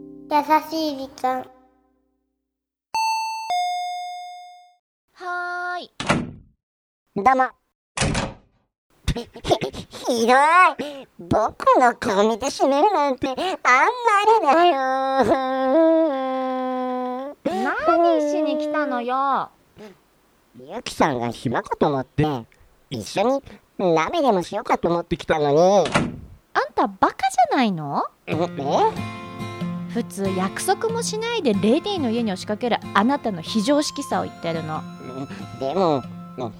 しい時間。はーい。どうも。ひどい。僕の顔見て閉めるなんて、あんまりだよ。何しに来たのよ。ゆきさんが暇かと思って、一緒に鍋でもしようかと思ってきたのに。あんたバカじゃないのえ普通約束もしないでレディの家に押しかけるあなたの非常識さを言ってるの。えでも、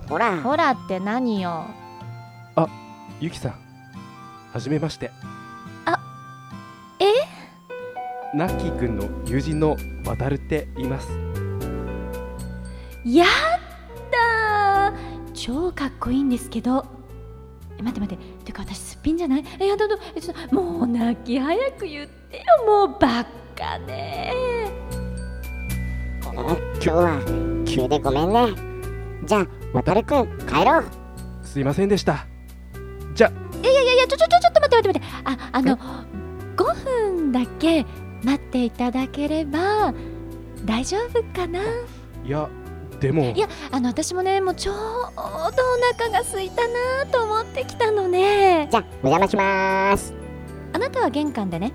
ほら。ほらって何よ。ゆきさんはじめましてあえナッキーくんの友人のわたるって言いますやったー超かっこいいんですけどえ待って待っててか私すっぴんじゃないえやだだえちょっともう泣き早く言ってよもうばっかね今日は急でごめんねじゃあ渡るくん帰ろうすいませんでしたじゃいやいやいやいやちょちょちょちょっと待って待って待ってああの5分だけ待っていただければ大丈夫かないやでもいやあの私もねもうちょうどお腹が空いたなと思ってきたのねじゃあお邪魔しますあなたは玄関でね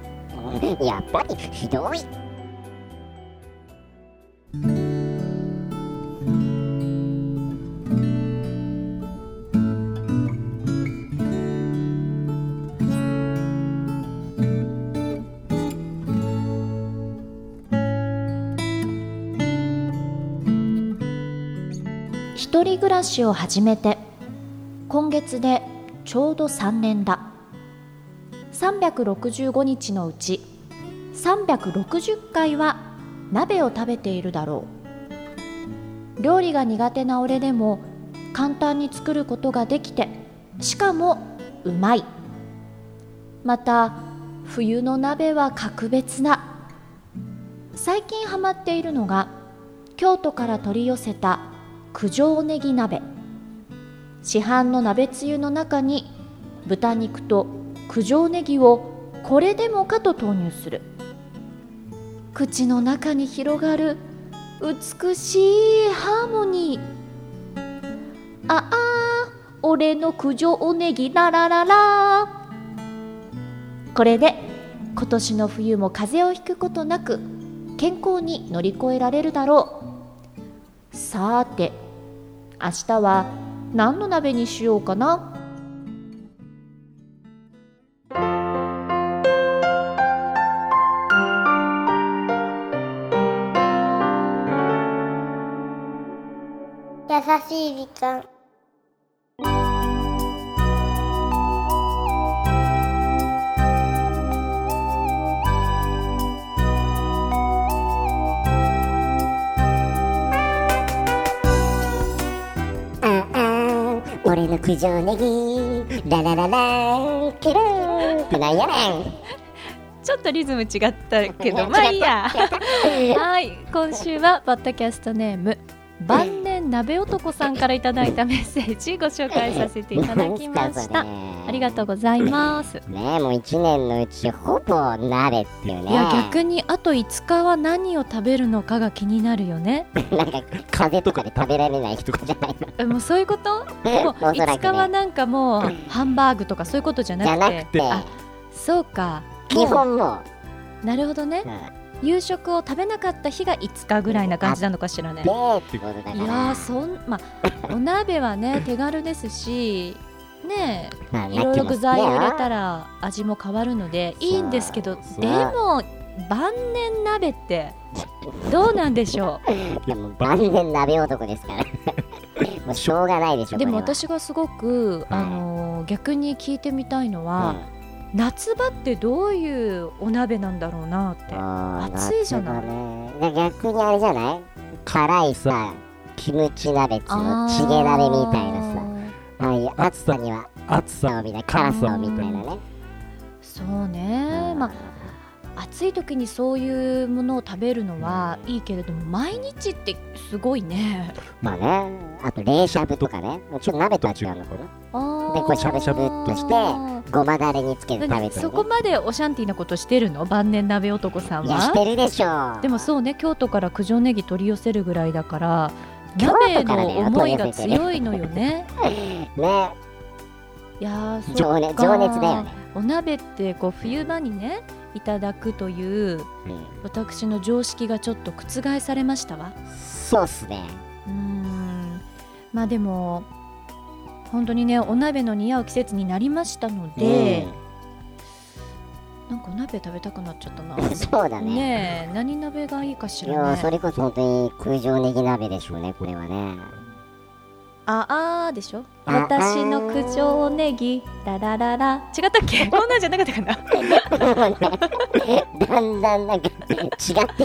やっぱりひどい一人暮らしを始めて今月でちょうど3年だ365日のうち360回は鍋を食べているだろう料理が苦手な俺でも簡単に作ることができてしかもうまいまた冬の鍋は格別だ最近ハマっているのが京都から取り寄せた九条ネギ鍋市販の鍋つゆの中に豚肉と九条ネギをこれでもかと投入する口の中に広がる美しいハーモニーああ俺の九条ネギララララこれで今年の冬も風邪をひくことなく健康に乗り越えられるだろうさーて明日は何の鍋にしようかな優しい時間ああ俺の九条ネギララララキルーンってなんやねんちょっとリズム違ったけ違どったまあいいやはい今週はポッドキャストネーム晩年鍋男さんからいただいたメッセージご紹介させていただきましたありがとうございますうねえもう一年のうちほぼ鍋っていうねいや逆にあと5日は何を食べるのかが気になるよねなんか風邪とかで食べられない人とかじゃないのえもうそういうこともうおそら5くね日はなんかもうハンバーグとかそういうことじゃじゃななくてくてあそうか基本もうなるほどねうん夕食を食べなかった日が5日ぐらいな感じなのかしらでねってことだからいやーそんまあお鍋 はね手軽ですしねまあえいろいろ具材を入れらたら味も変わるのでそういいんですけどそうでも晩年鍋ってどうなんでしょでも晩年鍋男ですから もうしょうがないでしうょでもこれは私がすごく、あのー逆に聞いてみたいのは、夏場ってどういうお鍋なんだろうなってうん暑いじゃない夏場ねで逆にあれじゃない辛いさキムチ鍋っていうのチゲ鍋みたいなさなああいう暑さには暑暑さをさみたいな辛さをみたいなねそうね、まあ暑い時にそういうものを食べるのはいいけれども毎日ってすごいねまあねあと冷しゃぶとかねちょっと鍋とは違うのかなあーでこうしゃぶしゃぶっとしてあごまだれにつけてー食べ何てそこまでおシャンティなことしてるの晩年鍋男さんいやしはてるでしょでもそうね京都から九条ネギ取り寄せるぐらいだから京都から鍋ねの思いが取り寄せてね強いのよね ねいやーそっ情か熱情熱だよね、お鍋ってこう冬場にねいただくといううん私の常識がちょっと覆されましたわそうっすねうーんまあでも本当にねお鍋の似合う季節になりましたので、なんかお鍋食べたくなっちゃったなうん そうだねねえ何鍋がいいかしいやらーそねれこそ本当に空上ネギ鍋でしょうねこれはねああーでしょあー私の九条ネギララララ違った っけこんなんじゃなかったかなだんだんなんか違って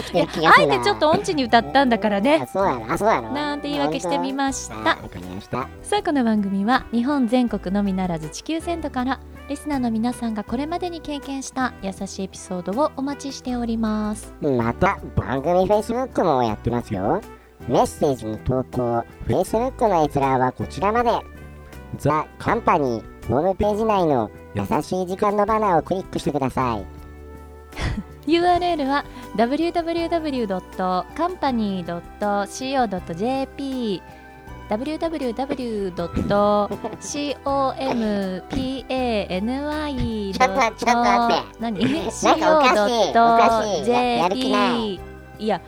きてる気があすえるなてちょっと音痴に歌ったんだからねあそうやろあそうやろなんて言い訳してみまし本当たあわかりましたさあこの番組は日本全国のみならず地球全土からリスナーの皆さんがこれまでに経験した優しいエピソードをお待ちしておりますまた番組 Facebook もやってますよメッセージの投稿 Facebook の閲覧はこちらまでザ・カンパニーホームページ内の優しい時間のバナーをクリックしてください URL は www.company.co.jp ちょっと待ってちょっと待って www.company. 何なんかおかしいおかしいややる気ないいや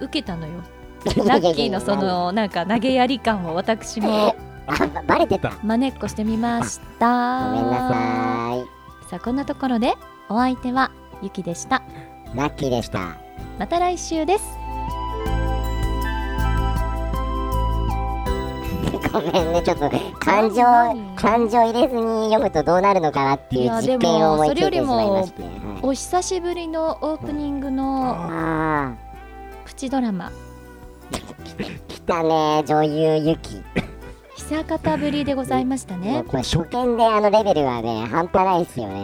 受けたのよラッキーのそのなんか投げやり感を私もあば バレてたまねっこしてみましたごめんなささあこんなところでお相手はゆきでしたいラッキーでしたまた来週ですごめんね、ちょっと感情何感情入れずに読むとどうなるのかなっていうや実験を思いついてでしまいまもしそて。はいお久しぶりのオープニングのあプチドラマあ、来たね、女優ゆき。久方ぶりでございましたもうねこれ初見であのレベルはね、半端ないですよね。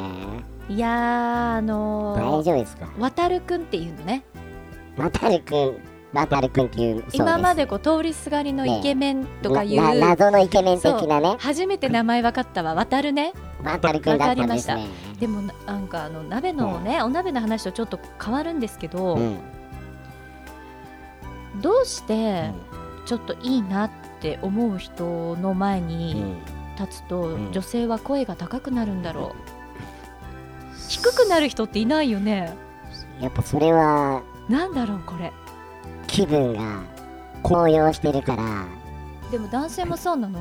いやーあ大のー丈夫ですか渡るくんっていうのねまたるくん、またるくんっていう、そうです今までこう通りすがりのイケメンとかいなうな謎のイケメン的なね、初めて名前分かったわ渡るねまたるくんだったんですね。でもななんかあの鍋のねお鍋の話とちょっと変わるんですけど、うん、どうしてうんちょっといいなって思う人の前に立つと、うん女性は声が高くなるんだろう、 低くなる人っていないよねやっぱそれはなんだろうこれ気分が高揚してるから。でも男性もそうなの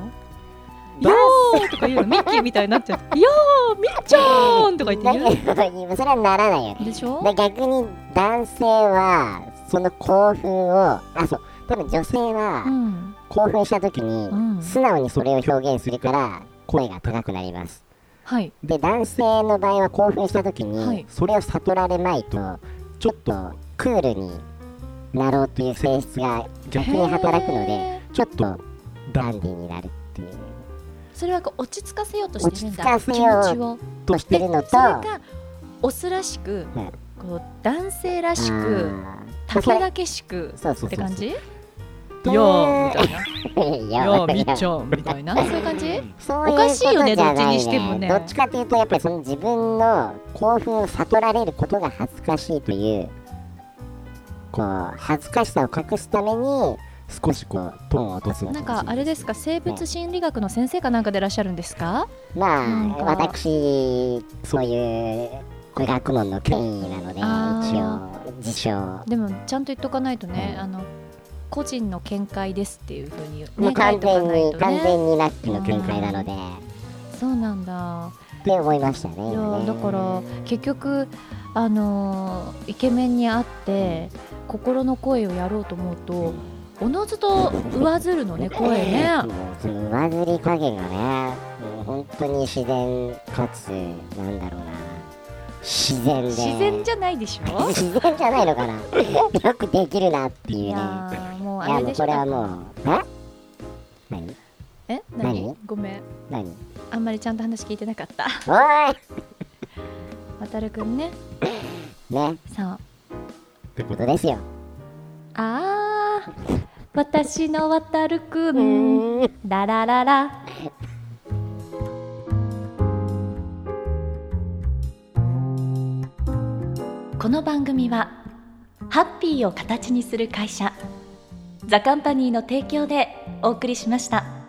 「ダよー!」とか言うのミッキーみたいになっちゃう「よ ーみっちゃーん!」とか言って 言だうけどそれはならないよでしょで逆に男性はその興奮をあそう多分女性うはん、興奮した時うんに素直にそれを表現するから声が高くなりますはいで男性の場合は興奮した時はいにそれを悟られまいとちょっとクールになろうという性質が逆に働くのへでーちょっとダンディーになるっていうそれはこう落ち着かせようとしてるんだ落ち着かせよう気持ちをとしてるのとそれかオスらしく、うんこう男性らしあくーたけだけしくそうそうそうそうって感 じそうよーみたいないやよわかーるみっちゃんみたいな そういう感じそういうおかしいよねことじゃどっなちにしてもねどっちかというとやっぱりその自分の興奮を悟られることが恥ずかしいというこう恥ずかしさを隠すために少しこうトーンを落とすのなんもしれかあれですか生物心理学の先生かなんかでいらっしゃるんですかまなんかあ私そういう学問の権威なのであ一応自称でもちゃんと言っとかないとね、うんあの個人の見解ですっていうふうに、ね、もう完書い全に、とかないと完ね全にラッキーの見解なので、そうなんだって思いましたねいや今ねだから結局あのーイケメンに会って心の声をやろうと思うとおのずと上ずるのね声ねもうその上ずり加減がね、もう本当に自然かつ、なんだろうな、自然で。自然じゃないでし ょ自然じゃないのかな。よくできるなっていうね。いいやや、ーもうあれもでうしこょれはもう、え何え何何ごめん何あんまりちゃんと話聞いてなか ったおい渡るくんねね、そうってこことですよ。あー私の渡るくうんーんララララこの番組はハッピーを形にする会社ザカンパニーの提供でお送りしました。